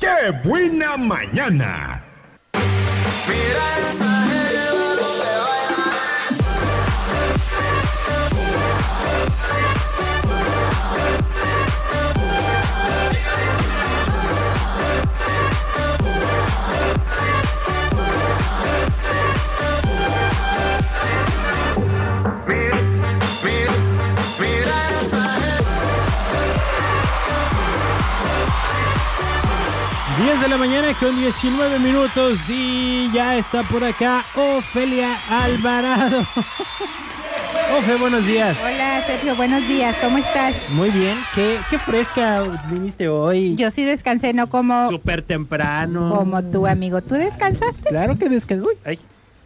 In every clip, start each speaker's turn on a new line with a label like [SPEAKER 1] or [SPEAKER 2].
[SPEAKER 1] ¡Qué buena mañana!
[SPEAKER 2] Mira esa jeva donde baila. Mira, mira, mira esa jeva.
[SPEAKER 3] 10 de la mañana con 19 minutos y ya está por acá Ofelia Alvarado. Ofe, buenos días.
[SPEAKER 4] Hola Sergio, buenos días, ¿cómo estás?
[SPEAKER 3] Muy bien, qué, qué fresca viniste hoy.
[SPEAKER 4] Yo sí descansé, no como,
[SPEAKER 3] Súper temprano.
[SPEAKER 4] como tu amigo. ¿Tú descansaste?
[SPEAKER 3] Claro que descansé. Uy, ay,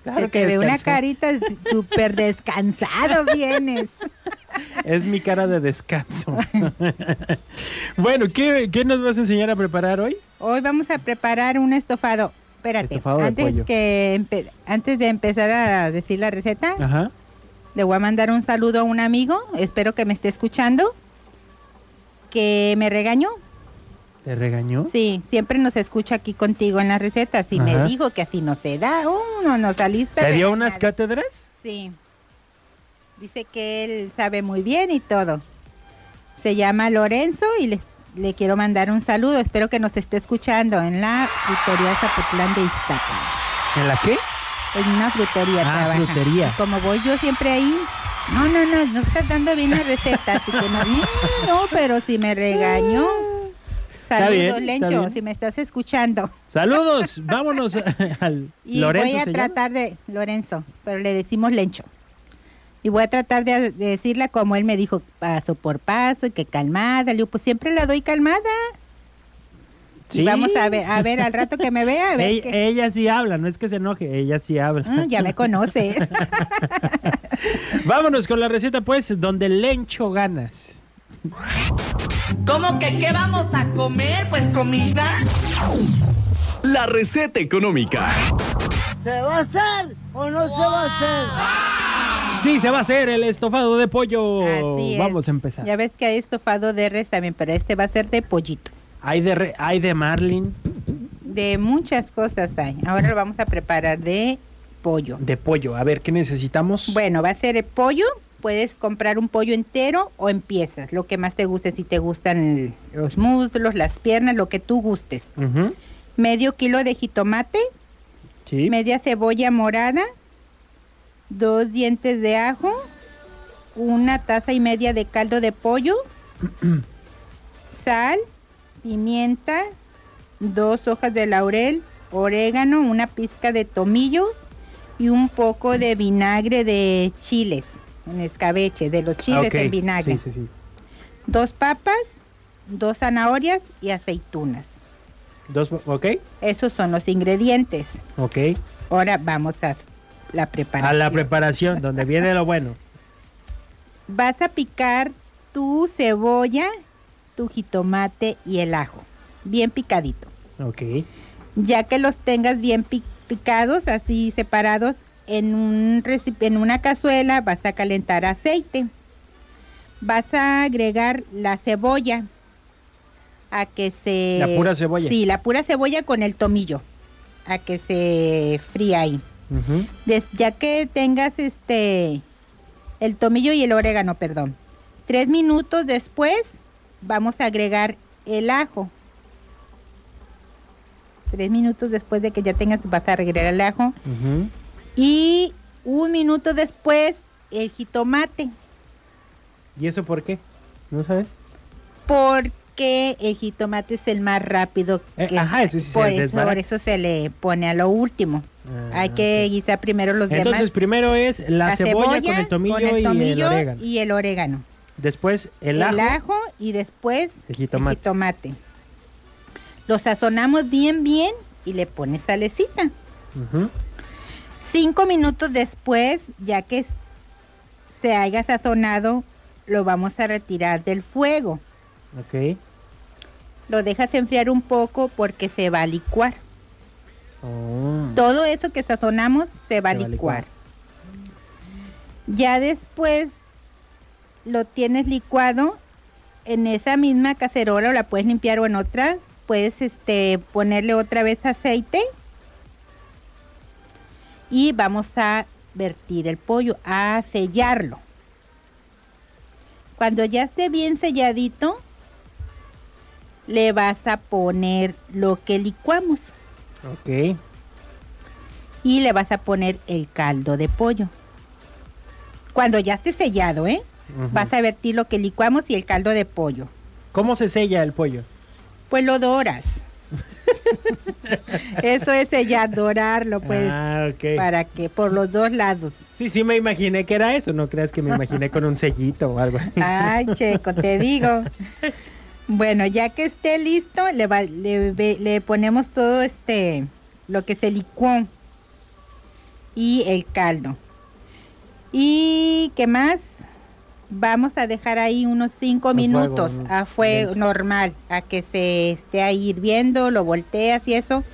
[SPEAKER 3] claro
[SPEAKER 4] Se
[SPEAKER 3] que
[SPEAKER 4] te ve una
[SPEAKER 3] descansé.
[SPEAKER 4] carita súper descansado vienes.
[SPEAKER 3] Es mi cara de descanso. bueno, ¿qué, ¿qué nos vas a enseñar a preparar hoy?
[SPEAKER 4] Hoy vamos a preparar un estofado. Espérate,
[SPEAKER 3] Estofado de
[SPEAKER 4] antes,
[SPEAKER 3] pollo.
[SPEAKER 4] que empe- antes de empezar a decir la receta,
[SPEAKER 3] Ajá.
[SPEAKER 4] le voy a mandar un saludo a un amigo, espero que me esté escuchando, que me regañó.
[SPEAKER 3] ¿Te regañó?
[SPEAKER 4] Sí, siempre nos escucha aquí contigo en las recetas y
[SPEAKER 3] Ajá.
[SPEAKER 4] me dijo que así no se da, uno no saliste.
[SPEAKER 3] ¿Te dio unas
[SPEAKER 4] regañado.
[SPEAKER 3] cátedras?
[SPEAKER 4] Sí. Dice que él sabe muy bien y todo. Se llama Lorenzo y le, le quiero mandar un saludo. Espero que nos esté escuchando en la frutería Zapotlán de Iztapa.
[SPEAKER 3] ¿En la qué?
[SPEAKER 4] En una frutería
[SPEAKER 3] Ah,
[SPEAKER 4] trabaja.
[SPEAKER 3] frutería.
[SPEAKER 4] Y como voy yo siempre ahí. No, no, no, no estás dando bien la receta, así que no, mm, no, pero si me regañó.
[SPEAKER 3] Está bien, está
[SPEAKER 4] Saludos, Lencho,
[SPEAKER 3] bien.
[SPEAKER 4] si me estás escuchando.
[SPEAKER 3] Saludos, vámonos al
[SPEAKER 4] Y
[SPEAKER 3] Lorenzo.
[SPEAKER 4] voy a
[SPEAKER 3] ¿se llama?
[SPEAKER 4] tratar de, Lorenzo, pero le decimos Lencho. Y voy a tratar de, de decirla como él me dijo, paso por paso, y que calmada. Le digo, pues siempre la doy calmada. Y
[SPEAKER 3] Sí.
[SPEAKER 4] vamos a ver, a ver, al rato que me vea, a ver.
[SPEAKER 3] Ella,
[SPEAKER 4] qué-
[SPEAKER 3] ella sí habla, no es que se enoje, ella sí habla.
[SPEAKER 4] Mm, ya me conoce.
[SPEAKER 3] Vámonos con la receta, pues, donde Lencho ganas.
[SPEAKER 5] ¿Cómo que qué vamos a comer? Pues comida.
[SPEAKER 6] La receta económica.
[SPEAKER 3] Sí, se va a hacer el estofado de pollo.
[SPEAKER 4] Así es.
[SPEAKER 3] Oh, Vamos a empezar.
[SPEAKER 4] Ya ves que hay estofado de res también, pero este va a ser de pollito.
[SPEAKER 3] Hay de, re- hay de Marlin,
[SPEAKER 4] De muchas cosas hay. Ahora lo vamos a preparar de pollo.
[SPEAKER 3] de pollo. A ver, ¿qué necesitamos?
[SPEAKER 4] Bueno, va a ser el pollo. Puedes comprar un pollo entero o en piezas, lo que más te guste, si te gustan los muslos, las piernas, lo que tú gustes.
[SPEAKER 3] Ujú,
[SPEAKER 4] Medio kilo de jitomate,
[SPEAKER 3] Sí.
[SPEAKER 4] media cebolla morada, dos dientes de ajo, una taza y media de caldo de pollo, sal, pimienta, dos hojas de laurel, orégano, una pizca de tomillo y un poco de vinagre de chiles, en escabeche, de los
[SPEAKER 3] Ah,
[SPEAKER 4] chiles
[SPEAKER 3] ok.
[SPEAKER 4] en vinagre.
[SPEAKER 3] Sí, sí, sí.
[SPEAKER 4] Dos papas, dos zanahorias y aceitunas.
[SPEAKER 3] Dos, ok,
[SPEAKER 4] Esos son los ingredientes.
[SPEAKER 3] ok.
[SPEAKER 4] Ahora vamos a la preparación.
[SPEAKER 3] A la preparación, donde viene lo bueno.
[SPEAKER 4] Vas a picar tu cebolla, tu jitomate y el ajo, bien picadito.
[SPEAKER 3] Ok.
[SPEAKER 4] Ya que los tengas bien pi- picados, así separados, en, un reci- en una cazuela vas a calentar aceite. Vas a agregar la cebolla a que se...
[SPEAKER 3] La pura cebolla.
[SPEAKER 4] Sí, la pura cebolla con el tomillo, a que se fría ahí.
[SPEAKER 3] Ujú,
[SPEAKER 4] Des- ya que tengas este el tomillo y el orégano, perdón. Tres minutos después vamos a agregar el ajo. Tres minutos después de que ya tengas vas a agregar el ajo
[SPEAKER 3] ujú.
[SPEAKER 4] y un minuto después el jitomate,
[SPEAKER 3] ¿Y eso por qué? ¿No sabes?
[SPEAKER 4] porque el jitomate es el más rápido.
[SPEAKER 3] Eh,
[SPEAKER 4] que-
[SPEAKER 3] ajá, eso sí se
[SPEAKER 4] por, eso,
[SPEAKER 3] desbarata.
[SPEAKER 4] por eso se le pone a lo último.
[SPEAKER 3] Ah,
[SPEAKER 4] Hay que
[SPEAKER 3] ok.
[SPEAKER 4] guisar primero los demás.
[SPEAKER 3] Entonces, primero es la, cebolla, con el tomillo,
[SPEAKER 4] con el
[SPEAKER 3] y el
[SPEAKER 4] tomillo
[SPEAKER 3] orégano.
[SPEAKER 4] y el orégano.
[SPEAKER 3] Después el,
[SPEAKER 4] el,
[SPEAKER 3] ajo,
[SPEAKER 4] ajo y después
[SPEAKER 3] el
[SPEAKER 4] el
[SPEAKER 3] jitomate.
[SPEAKER 4] jitomate. Lo sazonamos bien, bien y le pones salecita.
[SPEAKER 3] Ujú.
[SPEAKER 4] Cinco minutos después, ya que se haya sazonado, lo vamos a retirar del fuego.
[SPEAKER 3] Ok.
[SPEAKER 4] Lo dejas enfriar un poco porque se va a licuar.
[SPEAKER 3] Oh.
[SPEAKER 4] Todo eso que sazonamos
[SPEAKER 3] Se
[SPEAKER 4] se va,
[SPEAKER 3] va
[SPEAKER 4] a
[SPEAKER 3] a
[SPEAKER 4] licuar.
[SPEAKER 3] licuar.
[SPEAKER 4] Ya después lo tienes licuado en esa misma cacerola o la puedes limpiar o en otra. puedes este, ponerle otra vez aceite y vamos a vertir el pollo, a sellarlo. Cuando ya esté bien selladito, le vas a poner lo que licuamos
[SPEAKER 3] Ok.
[SPEAKER 4] y le vas a poner el caldo de pollo. Cuando ya esté sellado, ¿eh?
[SPEAKER 3] Ujú.
[SPEAKER 4] Vas a vertir lo que licuamos y el caldo de pollo.
[SPEAKER 3] ¿Cómo se sella el pollo?
[SPEAKER 4] Pues lo doras. Eso es sellar, dorarlo, pues,
[SPEAKER 3] ah, ok.
[SPEAKER 4] para que por los dos lados.
[SPEAKER 3] Sí, sí, me imaginé que era eso. No creas que me imaginé con un sellito o algo. así.
[SPEAKER 4] Ay, Checo, te digo. Bueno, ya que esté listo, le, va- le, ve- le ponemos todo este, lo que se licuó y el caldo. ¿Y qué más? Vamos a dejar ahí unos 5
[SPEAKER 3] fuego,
[SPEAKER 4] minutos
[SPEAKER 3] ¿no?
[SPEAKER 4] a fuego
[SPEAKER 3] Lento.
[SPEAKER 4] normal, a que se esté ahí hirviendo, lo volteas y eso.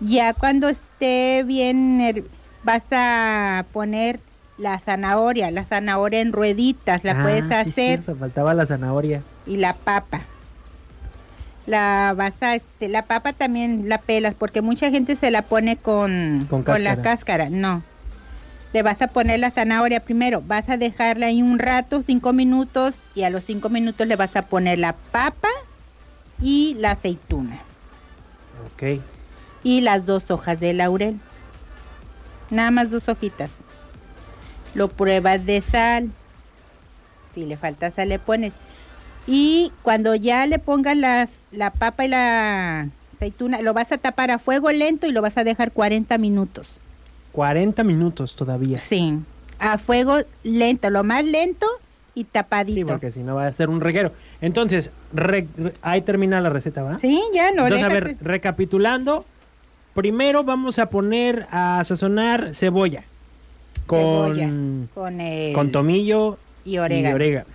[SPEAKER 4] Ya cuando esté bien, her- vas a poner la zanahoria, la zanahoria en rueditas, la
[SPEAKER 3] Ah,
[SPEAKER 4] puedes
[SPEAKER 3] sí,
[SPEAKER 4] hacer
[SPEAKER 3] cierto, faltaba la zanahoria.
[SPEAKER 4] y la papa. La vas a, este, la papa también la pelas porque mucha gente se la pone con,
[SPEAKER 3] Con
[SPEAKER 4] la cáscara, no. Le vas a poner la zanahoria primero, vas a dejarla ahí un rato, cinco minutos, y a los cinco minutos le vas a poner la papa y la aceituna
[SPEAKER 3] Ok.
[SPEAKER 4] y las dos hojas de laurel. Nada más dos hojitas. Lo pruebas de sal. Si le falta sal le pones. Y cuando ya le pongas las, la papa y la aceituna, lo vas a tapar a fuego lento y lo vas a dejar 40 minutos.
[SPEAKER 3] 40 minutos todavía.
[SPEAKER 4] Sí. A fuego lento, lo más lento y
[SPEAKER 3] Sí,
[SPEAKER 4] tapadito.
[SPEAKER 3] porque si no va a ser un reguero. Entonces, re- re- ahí termina la receta, ¿va?
[SPEAKER 4] Sí, ya no
[SPEAKER 3] Entonces, a
[SPEAKER 4] dejas-
[SPEAKER 3] ver, recapitulando. Primero vamos a poner a sazonar cebolla. Con,
[SPEAKER 4] cebolla con, el-
[SPEAKER 3] con tomillo
[SPEAKER 4] y
[SPEAKER 3] y
[SPEAKER 4] orégano.
[SPEAKER 3] orégano.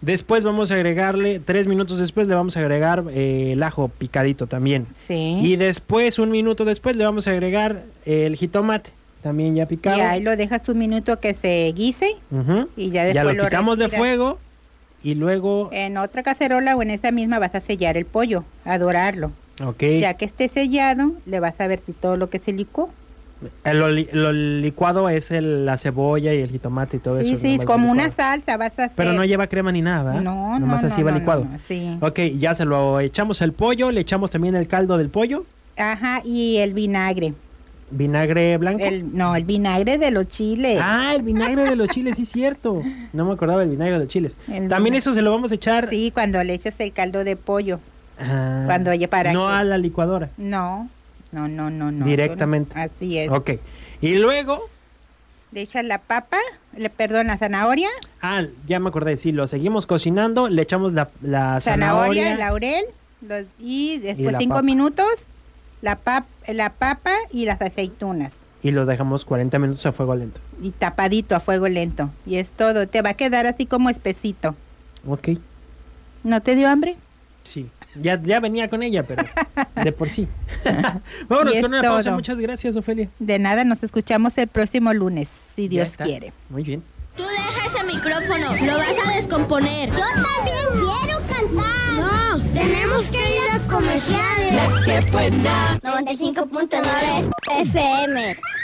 [SPEAKER 3] Después vamos a agregarle, tres minutos después le vamos a agregar eh, el ajo picadito también.
[SPEAKER 4] Sí.
[SPEAKER 3] Y después, un minuto después, le vamos a agregar el jitomate, también ya
[SPEAKER 4] Y
[SPEAKER 3] picado.
[SPEAKER 4] ahí lo dejas un minuto que se guise
[SPEAKER 3] Ujú.
[SPEAKER 4] y ya después
[SPEAKER 3] Ya lo quitamos de
[SPEAKER 4] retiras.
[SPEAKER 3] fuego y luego,
[SPEAKER 4] En otra cacerola o en esa misma vas a sellar el pollo, a dorarlo.
[SPEAKER 3] ok,
[SPEAKER 4] Ya que esté sellado, le vas a vertir todo lo que se licuó.
[SPEAKER 3] eh, lo, li- lo licuado es el- la cebolla y el jitomate y todo
[SPEAKER 4] sí,
[SPEAKER 3] eso.
[SPEAKER 4] sí,
[SPEAKER 3] nomás
[SPEAKER 4] como
[SPEAKER 3] lo
[SPEAKER 4] una
[SPEAKER 3] licuado.
[SPEAKER 4] salsa vas a hacer.
[SPEAKER 3] Pero no lleva crema ni nada, ¿verdad?
[SPEAKER 4] Eh, no, no,
[SPEAKER 3] Nomás
[SPEAKER 4] no,
[SPEAKER 3] así va
[SPEAKER 4] no, no,
[SPEAKER 3] licuado.
[SPEAKER 4] no, sí.
[SPEAKER 3] Ok, ya se lo echamos el pollo, le echamos también el caldo del pollo,
[SPEAKER 4] Ajá, y el vinagre.
[SPEAKER 3] vinagre blanco.
[SPEAKER 4] El, no, el vinagre de los chiles.
[SPEAKER 3] Ah, el vinagre de los chiles, sí, cierto. No me acordaba del vinagre de los chiles. También
[SPEAKER 4] El vinagre.
[SPEAKER 3] eso se lo vamos a echar.
[SPEAKER 4] sí, cuando le echas el caldo de pollo.
[SPEAKER 3] Ah,
[SPEAKER 4] Cuando oye, ¿para
[SPEAKER 3] No
[SPEAKER 4] qué?
[SPEAKER 3] a la licuadora.
[SPEAKER 4] No, no, no, no, no.
[SPEAKER 3] Directamente.
[SPEAKER 4] Así es.
[SPEAKER 3] Ok. Y luego,
[SPEAKER 4] Le echas la papa, le, perdón, la zanahoria,
[SPEAKER 3] ah, ya me acordé, sí, lo seguimos cocinando, le echamos la, la
[SPEAKER 4] zanahoria,
[SPEAKER 3] zanahoria.
[SPEAKER 4] el laurel los- y después
[SPEAKER 3] la
[SPEAKER 4] cinco
[SPEAKER 3] papa.
[SPEAKER 4] minutos la, pap- la papa y las aceitunas
[SPEAKER 3] Y lo dejamos 40 minutos a fuego lento.
[SPEAKER 4] y tapadito a fuego lento y es todo te va a quedar así como espesito
[SPEAKER 3] Ok.
[SPEAKER 4] no te dio hambre
[SPEAKER 3] Sí. Ya, ya venía con ella, pero de por sí. Vámonos
[SPEAKER 4] Y es
[SPEAKER 3] con una pausa.
[SPEAKER 4] todo.
[SPEAKER 3] Muchas gracias, Ofelia.
[SPEAKER 4] de nada nos escuchamos el próximo lunes si
[SPEAKER 3] Ya
[SPEAKER 4] Dios
[SPEAKER 3] está.
[SPEAKER 4] quiere
[SPEAKER 3] Muy bien.
[SPEAKER 7] Tú deja ese micrófono, lo vas a descomponer. Yo también quiero cantar. No, tenemos que ir a comerciales. La que 95.9 FM.